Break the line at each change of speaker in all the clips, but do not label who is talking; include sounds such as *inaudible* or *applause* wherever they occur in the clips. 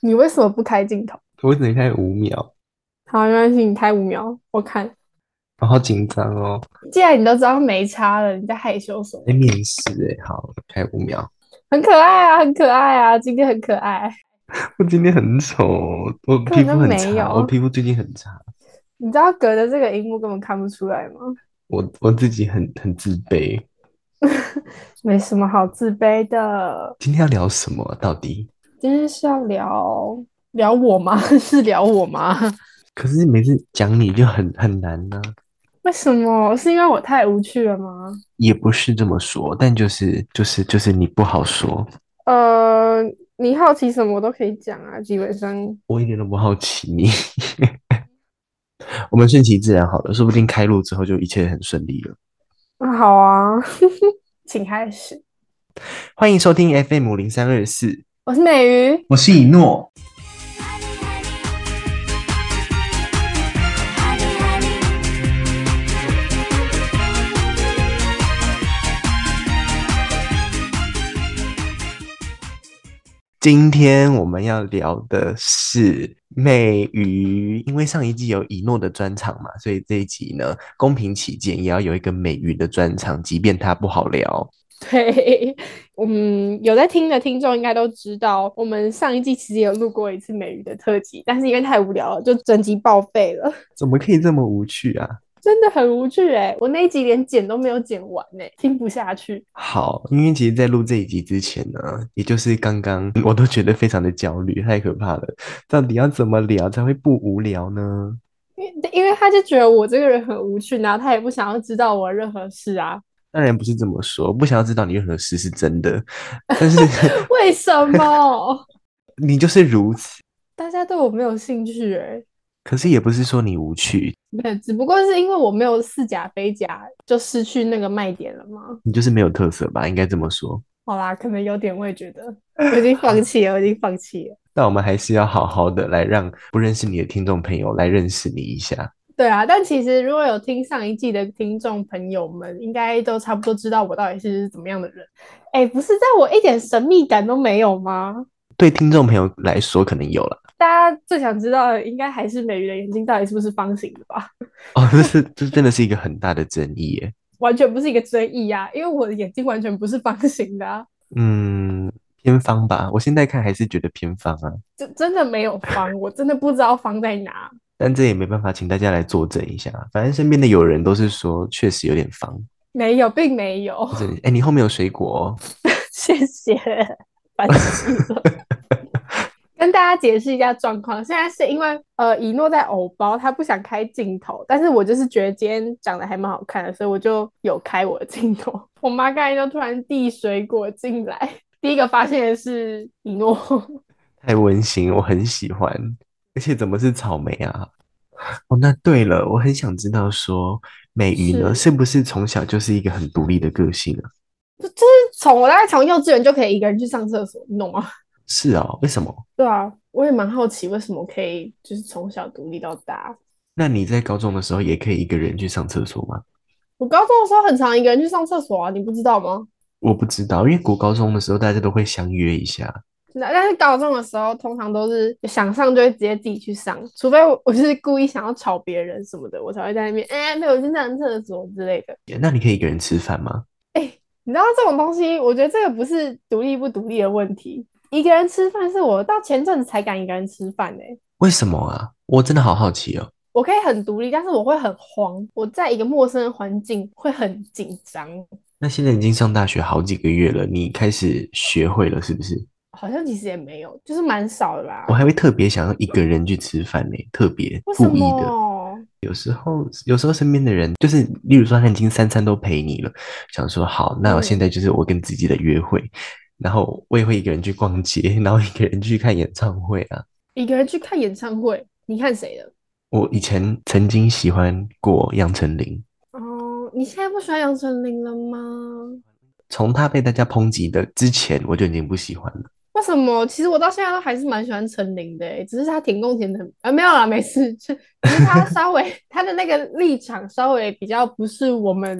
你为什么不开镜头？
我只能开五秒，
好，没关系，你开五秒，我看。
我好紧张哦。
既然你都知道没差了，你在害羞什么？
哎，面试哎，好，开五秒。 *laughs*
很可爱啊，很可爱啊，今天很可爱。
我今天很丑，哦我
根
皮
本
肤
就
很
没
差，
有
我皮肤最近很差，
你知道隔着这个荧幕根本看不出来吗？ *laughs*
我我自己很很自卑。
没什么好自卑的。
今天要聊什么啊？到底？
今天是要聊聊我吗？ *laughs* 是聊我吗？
可是每次讲你就很很难啊呢、
为什么？是因为我太无趣了吗？
也不是这么说，但就是就是就是你不好说，
呃，你好奇什么我都可以讲啊，基本上
我一点都不好奇你。 *laughs* 我们顺其自然好了，说不定开录之后就一切很顺利了。
啊好啊， *laughs* 请开始。
欢迎收听 FM 零三二四，
我是美鱼，
我是以诺。今天我们要聊的是美鱼，因为上一季有以诺的专场嘛，所以这一集呢，公平起见也要有一个美鱼的专场，即便它不好聊。
*laughs* 对，嗯，有在听的听众应该都知道，我们上一季其实也有录过一次美鱼的特辑，但是因为太无聊了，就整集报废了， *laughs*
怎么可以这么无趣啊？
真的很无趣哎、我那一集连剪都没有剪完哎、听不下去。
好，因为其实，在录这一集之前呢，也就是刚刚，嗯我都觉得非常的焦虑，太可怕了。到底要怎么聊才会不无聊呢？
因为因为他就觉得我这个人很无趣，然后他也不想要知道我任何事啊。 *laughs*
当然不是这么说，不想要知道你任何事是真的，但是
为什么？
你就是如此。
大家对我没有兴趣哎、
可是也不是说你无趣，
对，只不过是因为我没有似甲非甲，就失去那个卖点了吗？
你就是没有特色吧？应该这么说。
好啦，可能有点，我也觉得，我已经放弃了，我已经放弃了。
但我们还是要好好的来让不认识你的听众朋友来认识你一下。
对啊，但其实如果有听上一季的听众朋友们，应该都差不多知道我到底是怎么样的人。哎，不是在我一点神秘感都没有吗？
对听众朋友来说，可能有了
大家最想知道的应该还是美鱼的眼睛到底是不是方形的吧？ *laughs*
哦，这是这真的是一个很大的争议耶。
完全不是一个争议啊，因为我的眼睛完全不是方形的啊，
嗯，偏方吧，我现在看还是觉得偏方啊，
就真的没有方，我真的不知道方在哪。
但这也没办法，请大家来作证一下。啊反正身边的友人都是说，确实有点方。
没有，并没有，
或者，哎，你后面有水果哦。
*laughs* 谢谢，烦死 *laughs* 了。跟大家解释一下状况，现在是因为呃，以诺在偶包，他不想开镜头，但是我就是觉得今天长得还蛮好看的，所以我就有开我的镜头。 *laughs* 我妈刚才就突然递水果进来，第一个发现的是以诺，
太温馨，我很喜欢。而且怎么是草莓啊？ *laughs* 哦，那对了，我很想知道说，美鱼呢
是
是不是从小就是一个很独立的个性啊？
就就是从我大概从幼稚园就可以一个人去上厕所，啊你懂吗？
是哦，为什么？
对啊，我也蛮好奇为什么可以就是从小独立到大。
那你在高中的时候也可以一个人去上厕所吗？
我高中的时候很常一个人去上厕所啊，你不知道吗？
我不知道，因为国高中的时候大家都会相约一下。
那但是高中的时候通常都是想上就会直接自己去上，除非我我就是故意想要吵别人什么的，我才会在那边哎、没有去上厕所之类的。
那你可以一个人吃饭吗？
你知道这种东西，我觉得这个不是独立不独立的问题。一个人吃饭是我到前阵子才敢一个人吃饭呢、欸
为什么啊？我真的好好奇哦。
我可以很独立，但是我会很慌，我在一个陌生的环境会很紧张。
那现在已经上大学好几个月了，你开始学会了是不是？
好像其实也没有，就是蛮少的啦。
我还会特别想要一个人去吃饭呢、特别
为什
故意的。
么？
有时候，有时候身边的人就是，例如说他已经三餐都陪你了，想说好，那我现在就是我跟自己的约会，然后我也会一个人去逛街，然后一个人去看演唱会啊。
一个人去看演唱会，你看谁的？
我以前曾经喜欢过杨丞琳，
哦，你现在不喜欢杨丞琳了吗？
从她被大家抨击的之前，我就已经不喜欢了。
为什么？其实我到现在都还是蛮喜欢陈琳的欸，只是她停工前的很啊，没有啦，没事，就只是她稍微她的那个立场稍微比较不是我们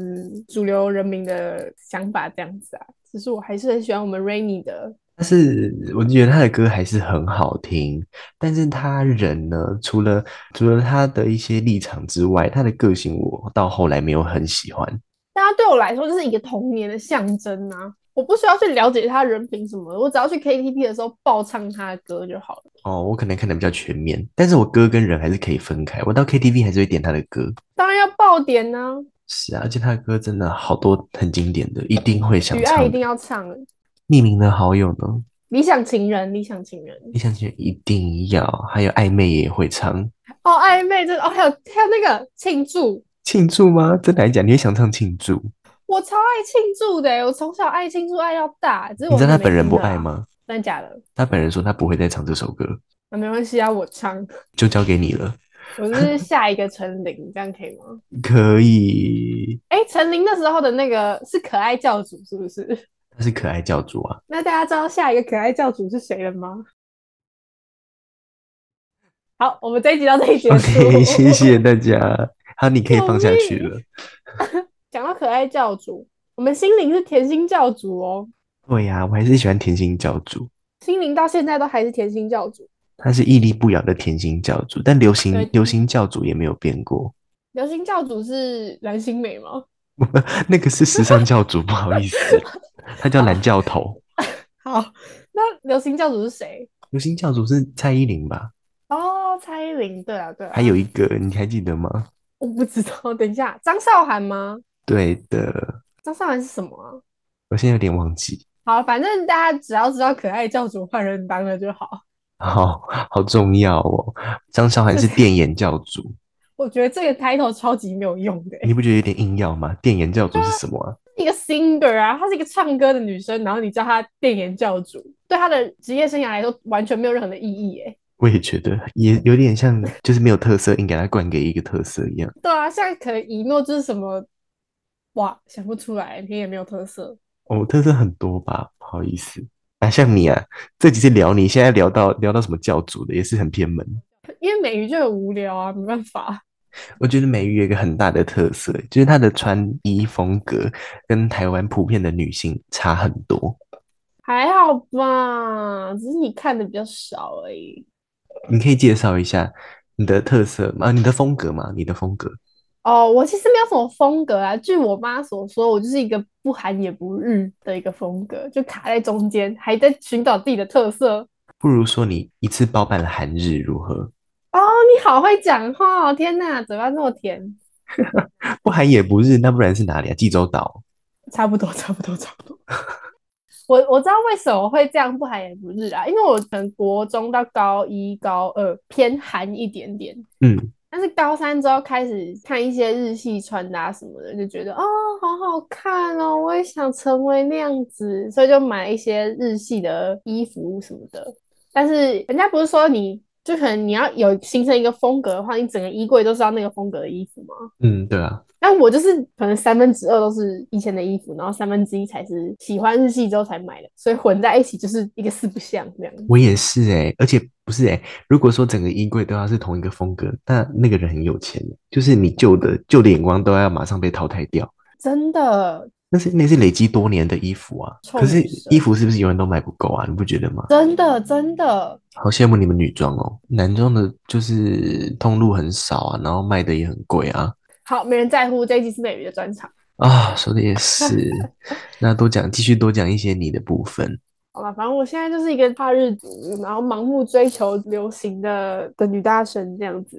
主流人民的想法这样子啊。只是我还是很喜欢我们 Rainy 的
但是我觉得他的歌还是很好听，但是他人呢，除了除了他的一些立场之外，他的个性我到后来没有很喜欢。
但他对我来说就是一个童年的象征啊！我不需要去了解他人品什么的，我只要去 KTV 的时候爆唱他的歌就好了。
哦，我可能看的比较全面，但是我歌跟人还是可以分开。我到 KTV 还是会点他的歌。
当然要爆点呢、
是啊，而且他的歌真的好多很经典的，一定会想
雨爱
唱
啊一定
的。
要唱，
匿名的好友呢，
理想情人，理想情人。
理想情人一定要，还有暧昧也会唱。
哦，暧昧这哦，还有还有那个庆祝，
庆祝吗？真的来讲，你会想唱庆祝？
我超爱庆祝的欸，我从小爱庆祝爱到大。欸只是
你
我
知道他
还没
本人
听
不
到啊
爱？吗？
真的假的？
他本人说他不会再唱这首歌，
那、没关系啊，我唱，
就交给你了。
我是下一个陈琳，这样可以吗？
可以，
哎、陈琳那时候的那个是可爱教主是不是？ *laughs*
他是可爱教主啊。
那大家知道下一个可爱教主是谁了吗？好，我们这一集到这里结
OK，谢
束。
谢大家。好，你可以
救
放下去
命
了。
*laughs* 讲到可爱教主，我们心灵是甜心教主哦，
对呀、我还是喜欢甜心教主，
心灵到现在都还是甜心教主。
他是屹立不摇的甜心教主，但流行
对
流行教主也没有变过。
流行教主是蓝心湄吗？
那个是时尚教主，不好
*laughs*
意思，他叫蓝教头。
好，那流行教主是谁？
流行教主是蔡依林吧？
哦，蔡依林。对啊，对啊。
还有一个你还记得吗？
我不知道，等一下，张韶涵吗？
对的，
张韶涵是什么啊？
我现在有点忘记。
好，反正大家只要知道可爱教主换人当了就好。
好好重要哦！张韶涵是电眼教主，
我觉得这个 title 超级没有用的欸、
你不觉得有点硬要吗？电眼教主是什么啊？
一个 singer 啊，她是一个唱歌的女生，然后你叫她电眼教主，对她的职业生涯来说完全没有任何的意义、欸。
我也觉得也有点像，就是没有特色，硬给它灌给一个特色一样。
对啊，像可能一诺就是什么，哇，想不出来，你也没有特色。
哦，特色很多吧？不好意思啊，像你啊，这几次聊你，现在聊到聊到什么教主的，也是很偏门。
因为美鱼就很无聊啊，没办法。
我觉得美玉有一个很大的特色，就是她的穿衣风格跟台湾普遍的女性差很多。
还好吧，只是你看的比较少而已。
你可以介绍一下你的特色吗？啊你的风格吗？你的风格。
哦，我其实没有什么风格啊。据我妈所说，我就是一个不韩也不日的一个风格，就卡在中间，还在寻找自己的特色。
不如说你一次包办了韩日如何？
哦，你好会讲话哦！天哪，嘴巴这么甜，
不韩也不日，那不然是哪里啊？济州岛。
差不多，差不多，差不多。我我知道为什么会这样不韩也不日啊，因为我从国中到高一、高二偏韩一点点，
嗯，
但是高三之后开始看一些日系穿搭什么的，就觉得哦，好好看哦，我也想成为那样子，所以就买一些日系的衣服什么的。但是人家不是说你就可能你要有形成一个风格的话，你整个衣柜都是要那个风格的衣服吗？
嗯，对啊，
但我就是可能三分之二都是以前的衣服，然后三分之一才是喜欢日系之后才买的，所以混在一起就是一个四不像这样。
我也是诶、而且不是诶、如果说整个衣柜都要是同一个风格，那那个人很有钱，欸就是你旧的旧的眼光都要马上被淘汰掉。
真的，
那是那是累积多年的衣服啊，
臭
可是
女生
衣服是不是永远都买不够啊？你不觉得吗？
真的，真的。
好羡慕你们女装哦，男装的就是通路很少啊，然后卖的也很贵啊。
好，没人在乎，这一集是美鱼的专场。
啊，说的也是，那多讲，继续多讲一些你的部分。
好了，反正我现在就是一个怕日族，然后盲目追求流行的的女大生这样子。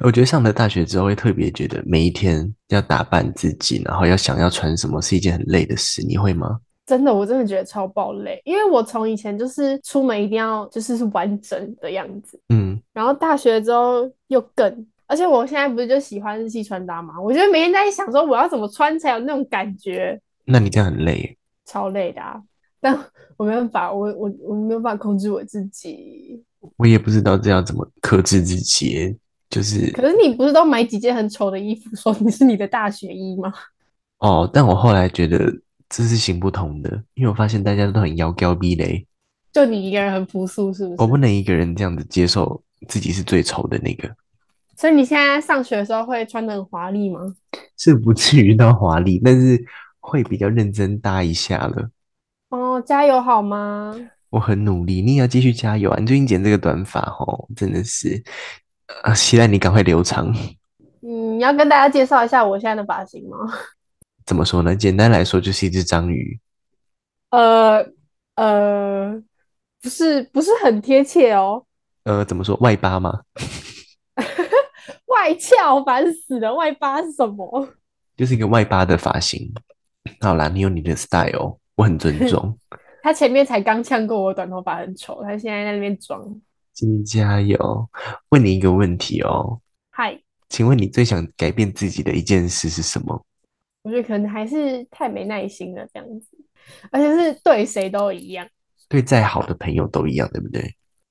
我觉得上了大学之后，会特别觉得每一天要打扮自己，然后要想要穿什么是一件很累的事。你会吗？
真的，我真的觉得超爆累，因为我从以前就是出门一定要就是是完整的样子，
嗯，
然后大学之后又更，而且我现在不是就喜欢日系穿搭嘛，我觉得每天在想说我要怎么穿才有那种感觉，
那你这样很累耶。
超累的啊。但我没办法，我我我没有办法控制我自己。
我也不知道这要怎么克制自己耶，就是
可是你不是都买几件很丑的衣服，说你是你的大学衣吗？ *laughs*
哦。但我后来觉得这是行不通的，因为我发现大家都很妖娇逼嘞，
就你一个人很朴素，是不
我
是？
不能一个人这样子接受自己是最丑的那个，
所以你现在上学的时候会穿的很华丽吗？
是不至于到华丽，但是会比较认真搭一下了。
哦，加油好吗？
我很努力，你也要继续加油啊！你最近剪这个短发哦，真的是，啊，期待你赶快留长。
嗯，你要跟大家介绍一下我现在的发型吗？ *laughs*
怎么说呢？简单来说，就是一只章鱼。
呃呃，不是不是很贴切哦，
呃，怎么说？外八嘛，
外翘，烦死了，外八是什么？
就是一个外八的发型。好啦，你有你的 style，我很尊重。
*laughs* 他前面才刚呛过我短头发很丑，他现在在那边装。
请加油！问你一个问题哦，
嗨，
请问你最想改变自己的一件事是什么？
我觉得可能还是太没耐心了这样子，而且是对谁都一样。
对再好的朋友都一样，对不对？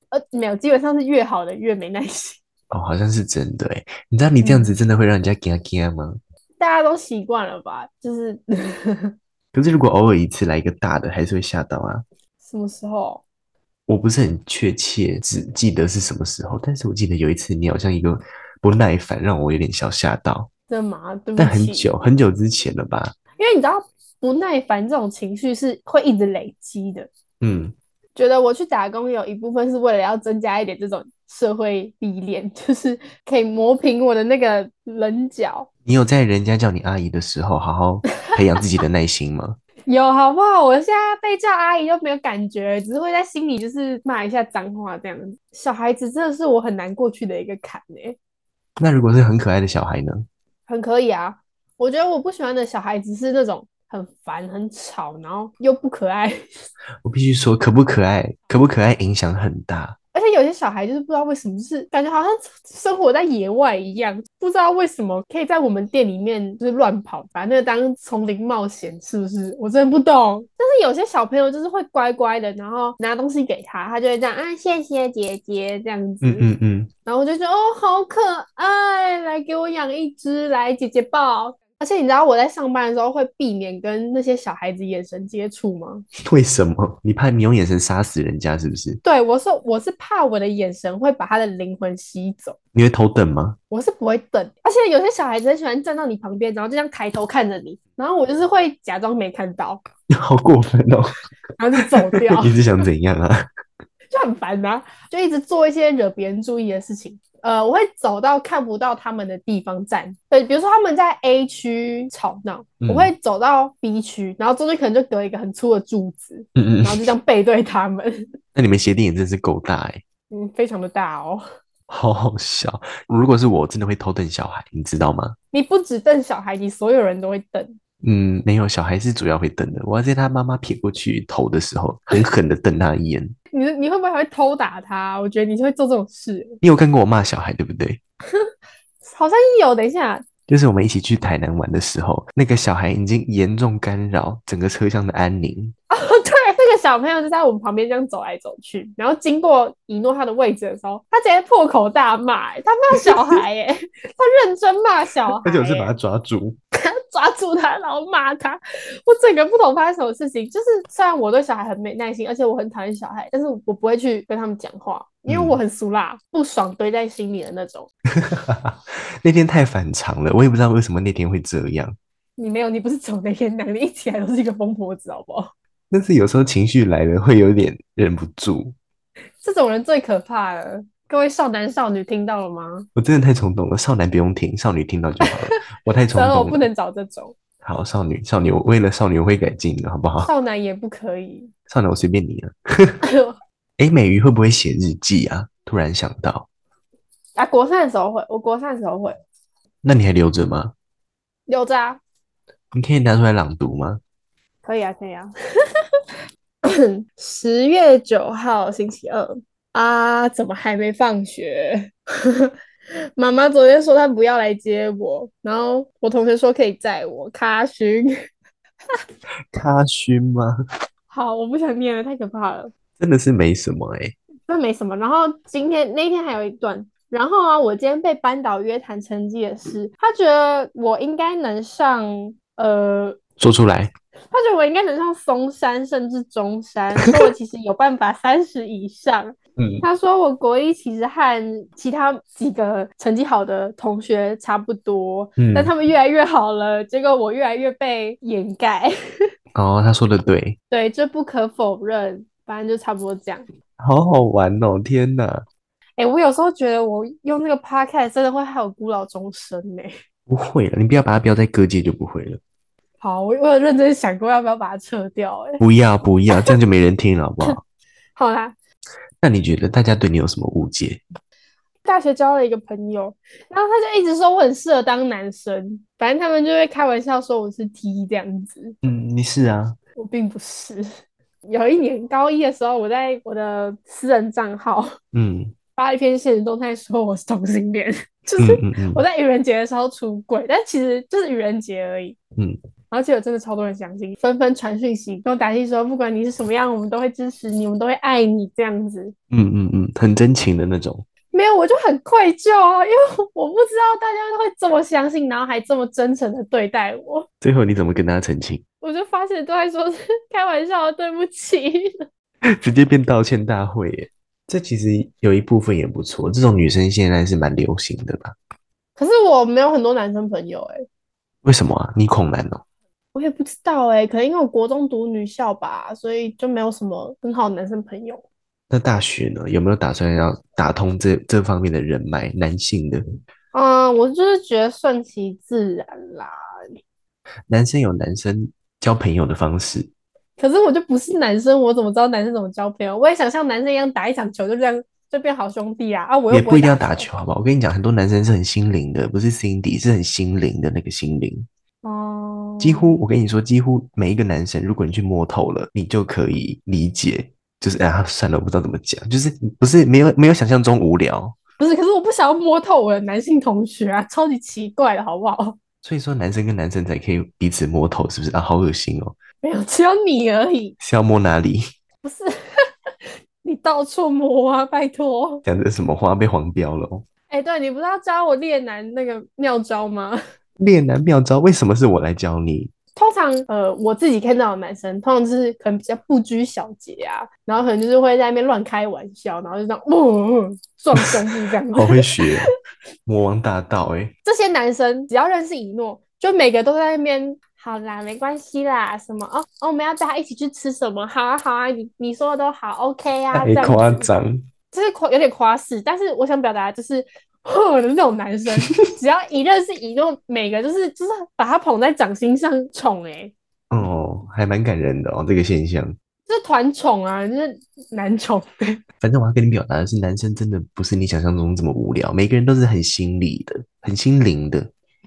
呃，没有，基本上是越好的越没耐心。 *laughs*
哦，好像是真的诶。你知道你这样子真的会让人家惊惊吗？
大家都习惯了吧？就是 *laughs*
可是如果偶尔一次来一个大的，还是会吓到啊。
什么时候？
我不是很确切只记得是什么时候，但是我记得有一次你好像一个不耐烦，让我有点小吓到。
真的吗？对不
但很
起，
久很久之前了吧？
因为你知道不耐烦这种情绪是会一直累积的。
嗯，
觉得我去打工有一部分是为了要增加一点这种社会历练，就是可以磨平我的那个棱角。
你有在人家叫你阿姨的时候，好好培养自己的耐心吗？ *laughs*
有好不好？我现在被叫阿姨就没有感觉，只是会在心里就是骂一下脏话这样子。小孩子真的是我很难过去的一个坎诶、
那如果是很可爱的小孩呢？
很可以啊。我觉得我不喜欢的小孩子是那种很烦、很吵，然后又不可爱，
我必须说，可不可爱，可不可爱影响很大。
而且有些小孩就是不知道为什么，就是感觉好像生活在野外一样，不知道为什么可以在我们店里面就是乱跑，把那个当丛林冒险，是不是？我真的不懂。但是有些小朋友就是会乖乖的，然后拿东西给他，他就会这样啊，谢谢姐姐这样子，
嗯嗯嗯，
然后我就觉得哦，好可爱，来给我养一只，来姐姐抱。而且你知道我在上班的时候会避免跟那些小孩子眼神接触吗？
为什么？你怕你用眼神杀死人家是不是？
对，我说我是怕我的眼神会把他的灵魂吸走。
你会头等吗？ *laughs*
我是不会瞪，而且有些小孩子很喜欢站到你旁边，然后就这样抬头看着你，然后我就是会假装没看到，
好过分哦！
然后就走
*laughs*
掉，
你是想怎样啊？ *laughs*
就很烦啊，就一直做一些惹别人注意的事情。呃，我会走到看不到他们的地方站，对，比如说他们在 A 区吵闹，
嗯
我会走到 B 区，然后中间可能就隔一个很粗的柱子，
嗯嗯
然，后就这样背对他们，
那你们鞋垫也真是够大哎、
嗯，非常的大哦。
好好笑。如果是我，真的会偷瞪小孩，你知道吗？
你不只瞪小孩，你所有人都会瞪。
嗯，没有，小孩是主要会瞪的。我要在他妈妈撇过去头的时候，狠狠的瞪他一眼。
你你会不会还会偷打他？我觉得你会做这种事，
你有看过我骂小孩对不对？
好像有。等一下， *laughs*
就是我们一起去台南玩的时候，那个小孩已经严重干扰整个车厢的安宁。
哦对，那个小朋友就在我们旁边这样走来走去，然后经过以诺他的位置的时候，他直接破口大骂、欸他骂小孩、欸， *laughs* 他认真骂小孩、欸， *laughs*
抓住。 *laughs*
抓住他，然后骂他。我整个不懂发生什么事情，就是虽然我对小孩很没耐心，而且我很讨厌小孩，但是我不会去跟他们讲话，因为我很俗辣，不爽堆在心里的那种。
那天太反常了，我也不知道为什么那天会这样。
你没有，你不是走那天两你一起来都是一个疯婆子，好不好？
但是有时候情绪来了，会有点忍不住。
这种人最可怕了。各位少男少女听到了吗？
我真的太冲动了，少男不用听，少女听到就好了。我太
*laughs*
冲
然后
动
不
了。
能找这种。
好，少女，少女，我为了少女我会改进的，好不好？ *laughs*
少男也不可以。 *laughs*
少女，我随便你了。诶，美鱼会不会写日记啊？突然想到，
啊，国三的时候会，我国三的时候会
那你还留着吗？
留着啊，
你可以拿出来朗读吗？
可以啊，可以啊。 *laughs* 十月九号星期二啊，怎么还没放学？ *laughs* 妈妈昨天说她不要来接我，然后我同学说可以载我，咖勋。
咖勋吗？
好，我不想念了，太可怕了。
真的是没什么诶。
那没什么。然后今天那天还有一段，然后啊，我今天被班导约谈成绩的事，他觉得我应该能上，呃，
说出来，
他觉得我应该能上松山甚至中山，说我其实有办法三十以上。
嗯，
他说我国一其实和其他几个成绩好的同学差不多，
嗯
但他们越来越好了，结果我越来越被掩盖。 *laughs*
哦，他说的对，
对，这不可否认，反正就差不多这样。
好好玩哦！天哪，
哎、我有时候觉得我用那个 podcast 真的会害我孤老终生呢、 *laughs*
不会了，你不要把它标在各界就不会了。
好，我我有认真想过要不要把它撤掉、哎，
不要不要，这样就没人听了，好不好？ *laughs*
好啦，
那你觉得大家对你有什么误解？
大学交了一个朋友，然后他就一直说我很适合当男生，反正他们就会开玩笑说我是 T 这样子，
嗯，你是啊，
我并不是。有一年高一的时候，我在我的私人账号
嗯
发一篇现实动态，说我是同性恋， *laughs* 就是
嗯嗯嗯
我在愚人节的时候出轨，但其实就是愚人节而已。
嗯，
然后结果真的超多人相信，纷纷传讯息跟我打气说，不管你是什么样，我们都会支持你，我们都会爱你这样子。
嗯嗯嗯，很真情的那种。
没有，我就很愧疚啊，因为我不知道大家会这么相信，然后还这么真诚的对待我，
最后你怎么跟大家澄清？
我就发现都在说是 *laughs* 开玩笑的，对不起。
直接变道歉大会耶！这其实有一部分也不错，这种女生现在是蛮流行的吧？
可是我没有很多男生朋友、欸，
为什么啊？你恐男哦？
我也不知道哎、可能因为我国中读女校吧，所以就没有什么很好的男生朋友。
那大学呢？有没有打算要打通这这方面的人脉？男性的
嗯，我就是觉得顺其自然啦。
男生有男生交朋友的方式，
可是我就不是男生，我怎么知道男生怎么交朋友？我也想像男生一样打一场球，就这样就变好兄弟啊！啊，我又
也
不
不
会
一定要
打
打球，好不好？我跟你讲，很多男生是很心灵的，不是心底，是很心灵的那个心灵。
哦，
几乎我跟你说，几乎每一个男生，如果你去摸透了，你就可以理解。就是啊，算了，我不知道怎么讲，就是不是没有没有想象中无聊。
不是。可是我不想要摸透我的男性同学啊，超级奇怪的好不好？ *laughs*
所以说，男生跟男生才可以彼此摸透，是不是啊？好恶心哦，
没有，只有你而已，
是要摸哪里？ *laughs*
不是？你到处摸啊，拜托。
讲的什么话被黄标了哦？
哎、对你不是要教我猎男那个妙招吗？
恋男妙招，为什么是我来教你？
通常，呃，我自己看到的男生，通常就是可能比较不拘小节啊，然后可能就是会在那边乱开玩笑，然后就这样，哦，哦撞胸部这样
*laughs* 好会学哦，魔王大道哎、
这些男生只要认识一诺，就每个都在那边，好啦，没关系啦，什么哦哦，我们要带他一起去吃什么？好啊好啊，你你说的都好，OK 啊，这
太
样子
哎夸，张。
这是夸有点夸饰，但是我想表达的就是。哼，那种男
*laughs*
生只要一认识一诺，每个就是就是把他捧在掌心上宠哎、欸，
哦，还蛮感人的哦，这个现象。
就是团宠啊，就是男宠。 *laughs*
反正我要跟你表达的是，男生真的不是你想象中这么无聊，每个人都是很心理的，很心灵的。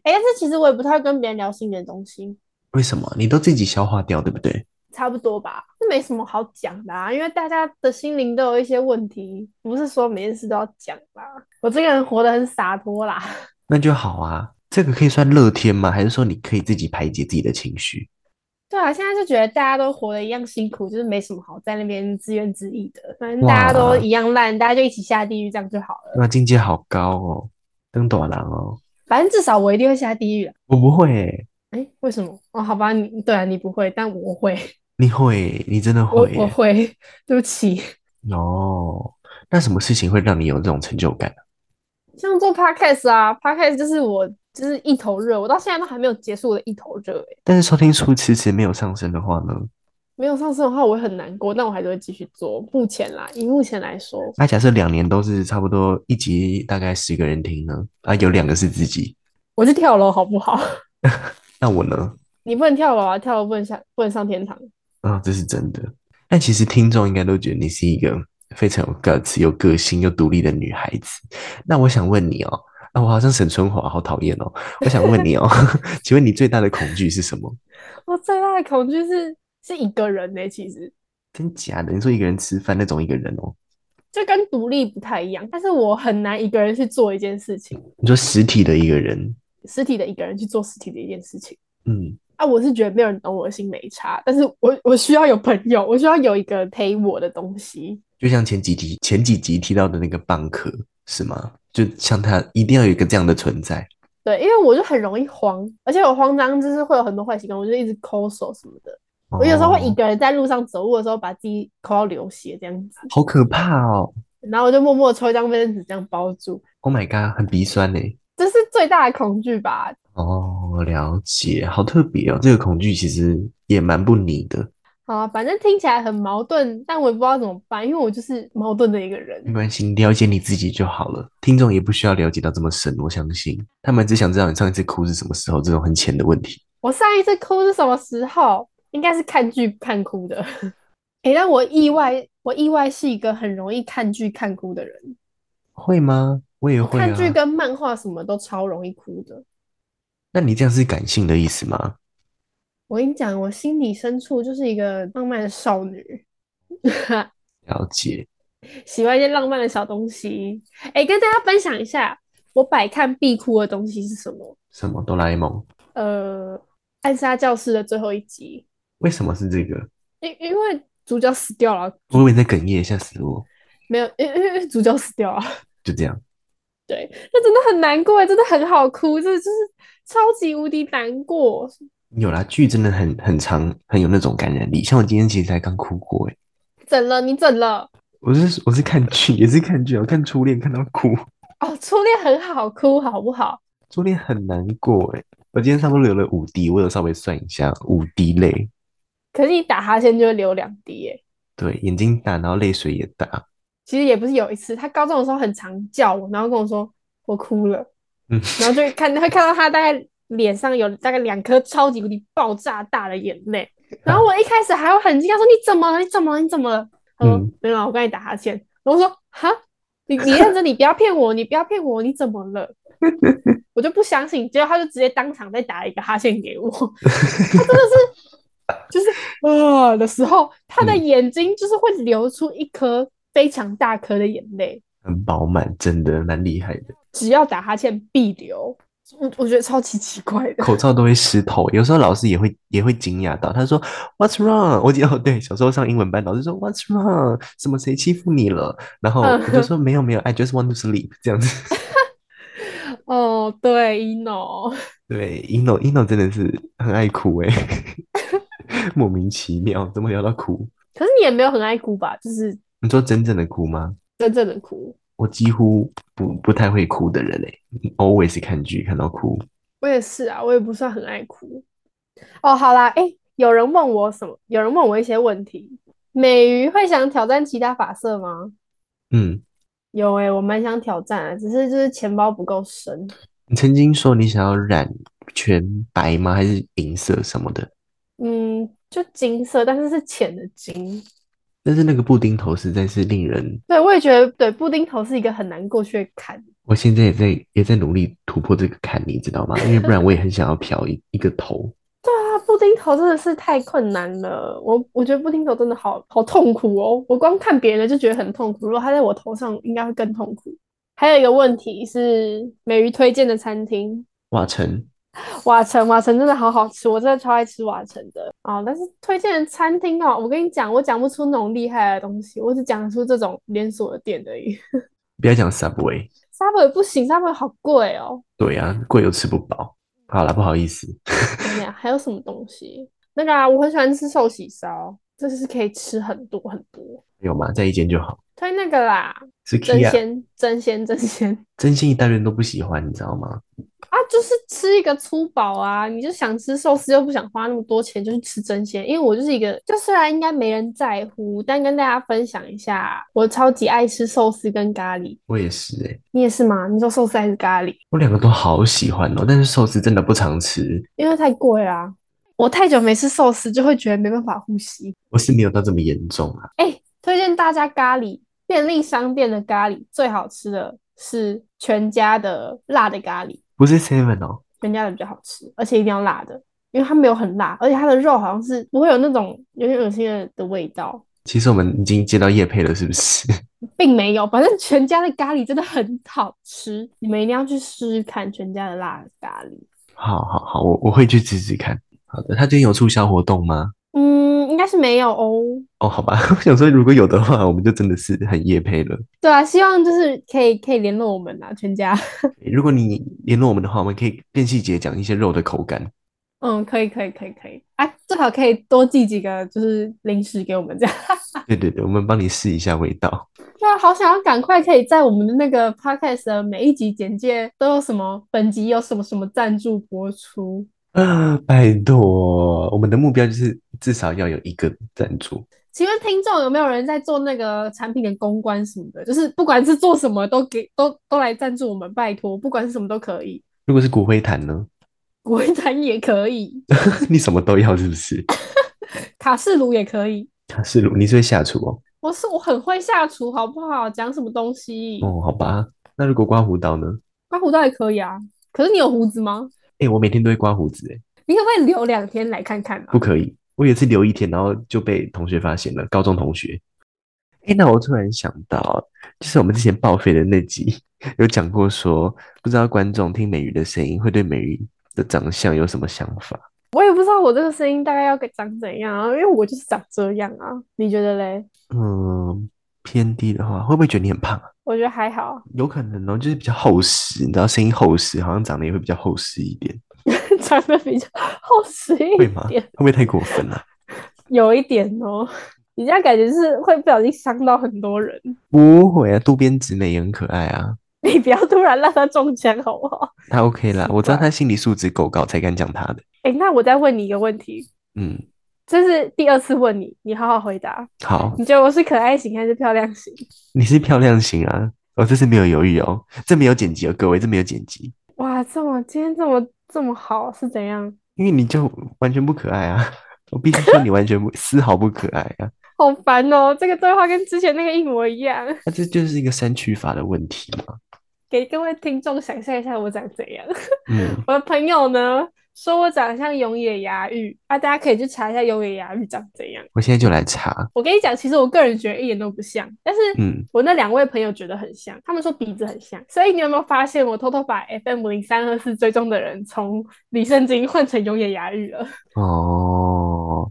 哎、但是其实我也不太会跟别人聊心里的东西，
为什么？你都自己消化掉，对不对？
差不多吧，这没什么好讲的啊，因为大家的心灵都有一些问题，不是说每件事都要讲啦。我这个人活得很洒脱啦， *laughs*
那就好啊。这个可以算乐天吗？还是说你可以自己排解自己的情绪？
对啊，现在就觉得大家都活得一样辛苦，就是没什么好在那边自怨自艾的，反正大家都
哇
一样烂，大家就一起下地狱，这样就好了。
哇，境界好高哦，登短郎哦。
反正至少我一定会下地狱啊。
我不会欸，
哎、为什么？哦，好吧，你对啊，你不会，但我会，
你会，你真的
我
会
我
欸。
会，对不起。
哦，那什么事情会让你有这种成就感？
像做 podcast 啊，podcast 就是我就是一头热，我到现在都还没有结束我的一头热、欸，
但是收听数迟迟没有上升的话呢？
没有上升的话我会很难过，但我还是会继续做。目前啦，以目前来说，
那假设两年都是差不多一集大概十个人听呢？啊，有两个是自己，
我是跳楼好不好？ *laughs*
那我呢？
你不能跳楼啊，跳楼不能下，不能上天堂。
啊，这是真的。但其实听众应该都觉得你是一个非常有 guts、有个性又独立的女孩子。那我想问你哦，啊，我好像沈春华，好讨厌哦。我想问你哦， *laughs* 请问你最大的恐惧是什么？
我最大的恐惧是是一个人呢、欸其实
真假的？你说一个人吃饭那种一个人哦？
就跟独立不太一样，但是我很难一个人去做一件事情，
你说实体的一个人？
实体的一个人去做实体的一件事情。
嗯，
啊，我是觉得没有人懂我的心没差，但是我我需要有朋友，我需要有一个陪我的东西。
就像前几集前几集提到的那个蚌壳是吗？就像他一定要有一个这样的存在。
对，因为我就很容易慌，而且我慌张就是会有很多坏习惯，我就一直抠手什么的。我有时候会
哦
一个人在路上走路的时候，把自己抠到流血这样子，
好可怕哦
然后我就默默地抽一张卫生纸这样包住，
！Oh my god，很鼻酸呢。
这是最大的恐惧吧？
哦，了解，好特别哦，这个恐惧其实也蛮不你的。
好啊，反正听起来很矛盾，但我也不知道怎么办，因为我就是矛盾的一个人
没。关系，你了解你自己就好了。听众也不需要了解到这么深，我相信他们只想知道你上一次哭是什么时候，这种很浅的问题。
我上一次哭是什么时候？应该是看剧看哭的。诶、但我意外，我意外是一个很容易看剧看哭的人，
会吗？我也会
看剧
啊。
跟漫画什么都超容易哭的。
那你这样是感性的意思吗？
我跟你讲，我心里深处就是一个浪漫的少女，
了解。
喜欢一些浪漫的小东西。诶、跟大家分享一下，我百看必哭的东西是什么？
什么哆啦 A 梦？
呃，暗杀教室的最后一集，
为什么是这个？
因因为主角死掉了，
我以为你在哽咽，吓死我！
没有，因因因为主角死掉了， *laughs*
就这样。
对，那真的很难过，欸真的很好哭，这就是超级无敌难过。
有啦，剧真的很很长，很有那种感染力。像我今天其实才刚哭过、欸，诶，
怎了？你怎了？
我是我是看剧，也是看剧啊，我看初恋看到哭，
哦，初恋很好哭，好不好？
初恋很难过、欸，诶，我今天差不多流了五滴，我有稍微算一下，五滴泪，
可是你打哈欠就会流两滴欸耶。
对，眼睛大，然后泪水也大，
其实也不是有一次，他高中的时候很常叫我，然后跟我说我哭了，
嗯，
然后就看会看到他大概脸上有大概两颗超级无敌爆炸大的眼泪，
嗯
然后我一开始还会很惊讶说你怎么了？你怎么了？你怎么了？他说
嗯
没有啊，我刚才打哈欠。然后我说哈，你你认真，你不要骗我，你不要骗我，你怎么
*laughs*
了？我就不相信，结果他就直接当场再打一个哈欠给我，他真的是
*laughs*
就是呃的时候，他的
嗯
眼睛就是会流出一颗非常大颗的眼泪，
很饱满，真的蛮厉害的，
只要打哈欠必流，我我觉得超级奇怪的。
口罩都会湿透，有时候老师也会也会惊讶到，他说 What's wrong？我记得哦，对，小时候上英文班，老师说 What's wrong？什么谁欺负你了？然后我就说没有没有，I just want to sleep 这样子。
*laughs* 哦，对，ino，
对，ino ino 真的是很爱哭哎、莫名其妙，怎么聊到哭？
可是你也没有很爱哭吧？就是
你说真正的哭吗？
真正的哭，
我几乎不不太会哭的人哎、always 看剧看到哭。
我也是啊，我也不算很爱哭。哦，好啦，诶，有人问我什么？有人问我一些问题。美鱼会想挑战其他发色吗？
嗯，
有诶、我蛮想挑战啊，只是就是钱包不够深。
你曾经说你想要染全白吗？还是银色什么的？
嗯，就金色，但是是浅的金。
但是那个布丁头实在是令人，
对，我也觉得，对，布丁头是一个很难过去的坎。
我现在也在也在努力突破这个坎，你知道吗？因为不然我也很想要漂一一个头。
啊，布丁头真的是太困难了，我我觉得布丁头真的好好痛苦哦，我光看别人的就觉得很痛苦，如果它在我头上，应该会更痛苦。还有一个问题是美鱼推荐的餐厅，
瓦城，
瓦城，瓦城真的好好吃，我真的超爱吃瓦城的啊、但是推荐的餐厅哦，我跟你讲，我讲不出那种厉害的东西，我只讲得出这种连锁的店而已。 *laughs*
不要讲 Subway，
Subway 不行，Subway 好贵哦。
对啊，贵又吃不饱。好了，不好意思。
怎么样？还有什么东西？那个啊，我很喜欢吃寿喜烧，这是可以吃很多很多。
有吗？在一间就好。
推那个啦，
是
真
Kia，
鲜真鲜真鲜 *laughs*
真心一大堆人都不喜欢，你知道吗？
啊，就是吃一个粗饱啊，你就想吃寿司又不想花那么多钱，就去吃真鲜。因为我就是一个，就虽然应该没人在乎，但跟大家分享一下，我超级爱吃寿司跟咖喱。
我也是诶、
你也是吗？你说寿司还是咖喱？
我两个都好喜欢哦，但是寿司真的不常吃，
因为太贵啦、我太久没吃寿司，就会觉得没办法呼吸。
我是没有到这么严重啊。
哎、推荐大家咖喱，便利商店的咖喱最好吃的是全家的辣的咖喱，
不是 Seven 哦，
全家的比较好吃，而且一定要辣的，因为它没有很辣，而且它的肉好像是不会有那种有点恶心的的味道，
其实我们已经接到叶配了，是不是？ *laughs*
并没有。反正全家的咖喱真的很好吃，你们一定要去试试看全家的辣的咖喱。
好好好，我我会去试试看。好的，他最近有促销活动吗？
嗯，应该是没有哦。
哦，好吧，我想说如果有的话，我们就真的是很叶配了。
对啊，希望就是可以可以联络我们啊，全家。 *laughs*
如果你联络我们的话，我们可以更细节讲一些肉的口感。
嗯，可以，可以，可以，可以啊，最好可以多寄几个就是零食给我们这样。 *laughs*
对对对，我们帮你试一下味道。
对啊，好想要赶快可以在我们的那个 podcast 的每一集简介都有什么，本集有什么什么赞助播出。
啊，拜托，我们的目标就是至少要有一个赞助。
请问听众有没有人在做那个产品的公关什么的？就是不管是做什么都给都都来赞助我们，拜托，不管是什么都可以， *laughs*
如果是骨灰坛呢？
国产也可以，
你什么都要是不是？
卡式炉也可以。
卡式炉，你是会下厨哦？
我是我很会下厨，好不好？讲什么东西？
哦，好吧。那如果刮胡刀呢？
刮胡刀也可以啊。可是你有胡子吗？
哎、我每天都会刮胡子，哎，
你可不可以留两天来看看啊
不？可以。我有一次留一天，然后就被同学发现了，高中同学。哎、那我突然想到，就是我们之前报废的那集 *laughs* 有讲过说，不知道观众听美鱼的声音会对美鱼的长相有什么想法？
我也不知道我这个声音大概要给长怎样啊，因为我就是长这样啊。你觉得嘞？
嗯，偏低的话，会不会觉得你很胖啊？
我觉得还好啊， *laughs*
有可能哦，就是比较厚实，你知道声音厚实，好像长得也会比较厚实一点，
长得比较厚实一
会吗？
点
会，不会太过分啊了、
有一点哦。 *laughs* 你这样感觉就是会不小心伤到很多人，
*laughs*
*laughs*
不会啊，渡边直美也很可爱啊，
你不要突然让他中枪好不好？ *laughs*
她 OK 啦
奇，
我知道
怪
她心理素质够高才敢讲她的。
哎、那我再问你一个问题，
嗯，
这是第二次问你，你好好回答。
好，
你觉得我是可爱型还是漂亮型？ *laughs*
你是漂亮型啊，我、这次没有犹豫哦，这没有剪辑哦，各位，这没有剪辑，
哇，这么今天这么这么好是怎样？
因为你就完全不可爱啊， *laughs* 我必须说你完全不 *laughs* 丝毫不可爱啊，
好烦哦，这个对话跟之前那个一模一样。 *laughs*
那、这就是一个删去法的问题嘛。
给各位听众想象一下我长怎样。 *laughs*
嗯，
我的朋友呢说我长得像永野芽郁啊，大家可以去查一下永野芽郁长怎样。
我现在就来查，
我跟你讲，其实我个人觉得一点都不像，但是
嗯，
我那两位朋友觉得很像，他们说鼻子很像。所以你有没有发现，我偷偷把 FM 零三二四追踪的人从李圣经换成永野芽郁了？
哦，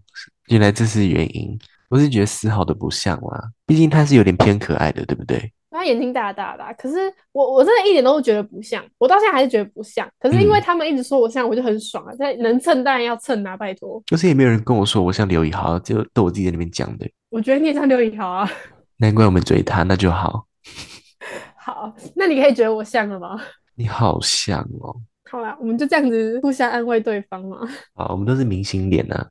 原来这是原因，我是觉得丝毫的不像啦，毕竟她是有点偏可爱的，对不对？
他眼睛大大的啊、可是我我真的一点都觉得不像，我到现在还是觉得不像。可是因为
嗯
他们一直说我像，我就很爽啊！但能蹭当然要蹭啊，拜托。
就是也没有人跟我说我像刘以豪，就都我自己在那边讲的。
我觉得你也像刘以豪啊。 *laughs*
难怪我们追他，那就好。
好，那你可以觉得我像了吗？
你好像哦，
好啦，我们就这样子互相安慰对方嘛。 *laughs*
啊，我们都是明星脸啊。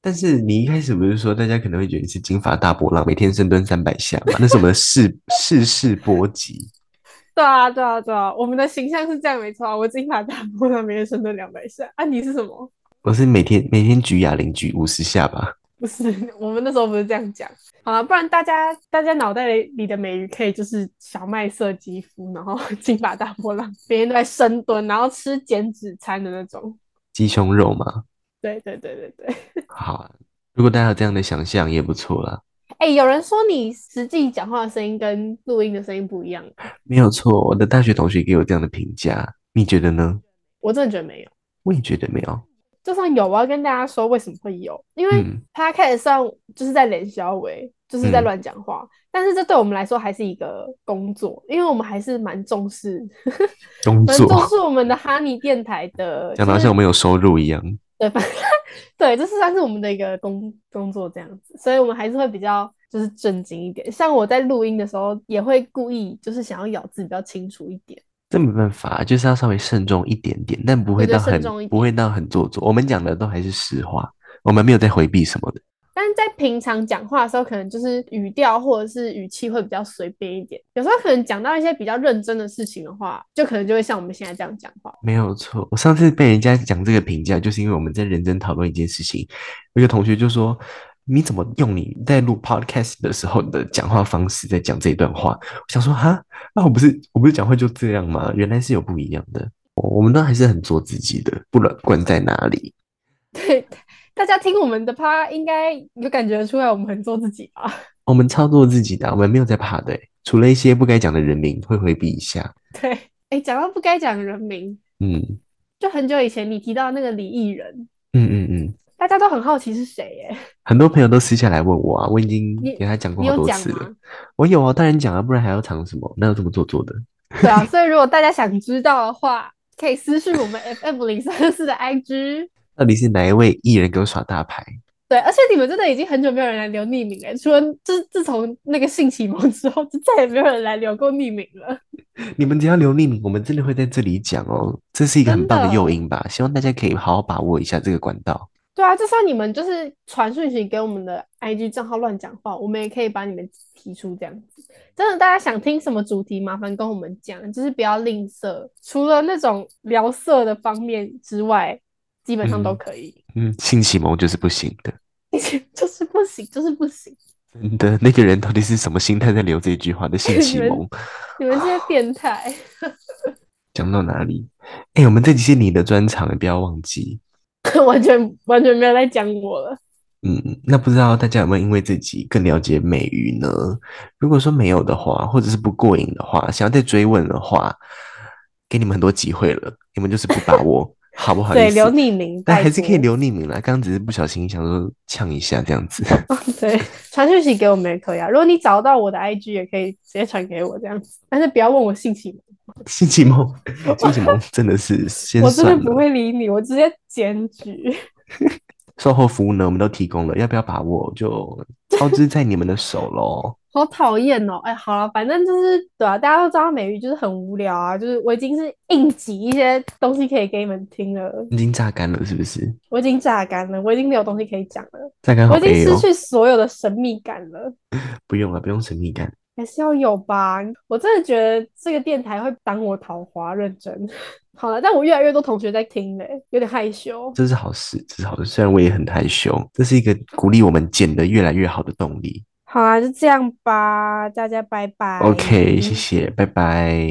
但是你一开始不是说大家可能会觉得你是金发大波浪，每天深蹲三百下嘛？那是我们的世世事波及。
对啊，对啊，对啊，我们的形象是这样没错啊。我金发大波浪，每天深蹲两百下啊。你是什么？
我是每天每天举哑铃举五十下吧。
不是， *laughs* 我们那时候不是这样讲。好了，不然大家大家脑袋里的美鱼可以就是小麦色肌肤，然后 *laughs* 金发大波浪，每天都在深蹲，然后吃减脂餐的那种。
鸡胸肉嘛。
对对对对对。
好啊，如果大家有这样的想象也不错啦。
哎、有人说你实际讲话的声音跟录音的声音不一样，
没有错，我的大学同学给我这样的评价，你觉得呢？
我真的觉得没有。
我也觉得没有。
就算有，我要跟大家说为什么会有，因为
嗯
他开始上就是在冷消维，就是在
嗯
乱讲话。但是这对我们来说还是一个工作，因为我们还是蛮重视，
工
蛮重
作
视我们的哈尼电台的，
*laughs* 讲
就
到
是
像我们有收入一样。
对，反正对，这是算是我们的一个工工作这样子，所以我们还是会比较就是正经一点。像我在录音的时候，也会故意就是想要咬字比较清楚一点。
这没办法，啊就是要稍微慎重一点点，但不会
对对
到很
慎重一点
不会到很做作。我们讲的都还是实话，我们没有在回避什么的。
但是在平常讲话的时候，可能就是语调或者是语气会比较随便一点。有时候可能讲到一些比较认真的事情的话，就可能就会像我们现在这样讲话。
没有错，我上次被人家讲这个评价，就是因为我们在认真讨论一件事情，有一个同学就说：“你怎么用你在录 podcast 的时候的讲话方式在讲这一段话？”我想说：“哈，那我不是我不是讲话就这样吗？原来是有不一样的。我我们都还是很做自己的，不管管在哪里。
对，大家听我们的趴，应该有感觉出来我们很做自己吧？ *laughs*
我们操作自己的，我们没有在怕的、除了一些不该讲的人名会回避一下。
对，哎，讲到不该讲的人名，
嗯
就很久以前你提到那个李艺人，
嗯嗯嗯，
大家都很好奇是谁耶？
很多朋友都私下来问我啊，我已经
你
给他讲过
你
好
有
多
讲
次了。
吗？
我有啊，当然讲啊，不然还要藏什么？哪有这么做作的？
对啊，所以如果大家想知道的话，可以私讯我们 FM 零三四的 IG。
到底是哪一位艺人给我耍大牌？
对，而且你们真的已经很久没有人来留匿名了，除了自自从那个性启蒙之后，就再也没有人来留过匿名了。
你们只要留匿名，我们真的会在这里讲哦，这是一个很棒的诱因吧？希望大家可以好好把握一下这个管道。
对啊，就算你们就是传讯息给我们的 IG 账号乱讲话，我们也可以把你们提出这样子。真的，大家想听什么主题，麻烦跟我们讲，就是不要吝啬。除了那种聊色的方面之外，基本上都可以。
嗯，性启蒙就是不行的，
*laughs* 就是不行，就是不行。
真的，那个人到底是什么心态在留这句话的性
*laughs*
启蒙？
你们这
啊
些变态！ *laughs*
讲到哪里？哎、我们这集是你的专场，不要忘记。
完全完全没有在讲我了。
嗯，那不知道大家有没有因为这集更了解美鱼呢？如果说没有的话，或者是不过瘾的话，想要再追问的话，给你们很多机会了，你们就是不把握， *laughs* 好不好意
对，
思？
留匿名，
但
拜
还是可以
托。
留匿名啦。刚刚只是不小心想说呛一下这样子。 *laughs*
对，传讯息给我们也可以啊。如果你找到我的 IG，也可以直接传给我这样子，但是不要问我性启蒙，
性启蒙， *laughs* 性启蒙真的是先
我真的
算
不
了。
会理你，我直接检举。 *laughs*
售后服务呢，我们都提供了，要不要把握就操之在你们的手喽。
好讨厌哦！哎，好了，反正就是对啊，大家都知道美语就是很无聊啊，就是我已经是硬挤一些东西可以给你们听了，
*laughs* 已经榨干了是不是？
我已经榨干了，我已经没有东西可以讲了，
榨干好
我已经
悲
失
哦。
去所有的神秘感了。
不用了，不用神秘感。
还是要有吧。我真的觉得这个电台会挡我桃花，认真。 *laughs* 好了，但我越来越多同学在听嘞，有点害羞。
这是好事，这是好事。虽然我也很害羞，这是一个鼓励我们剪得越来越好的动力。
好啦，就这样吧，大家拜拜。
OK，谢谢，拜拜。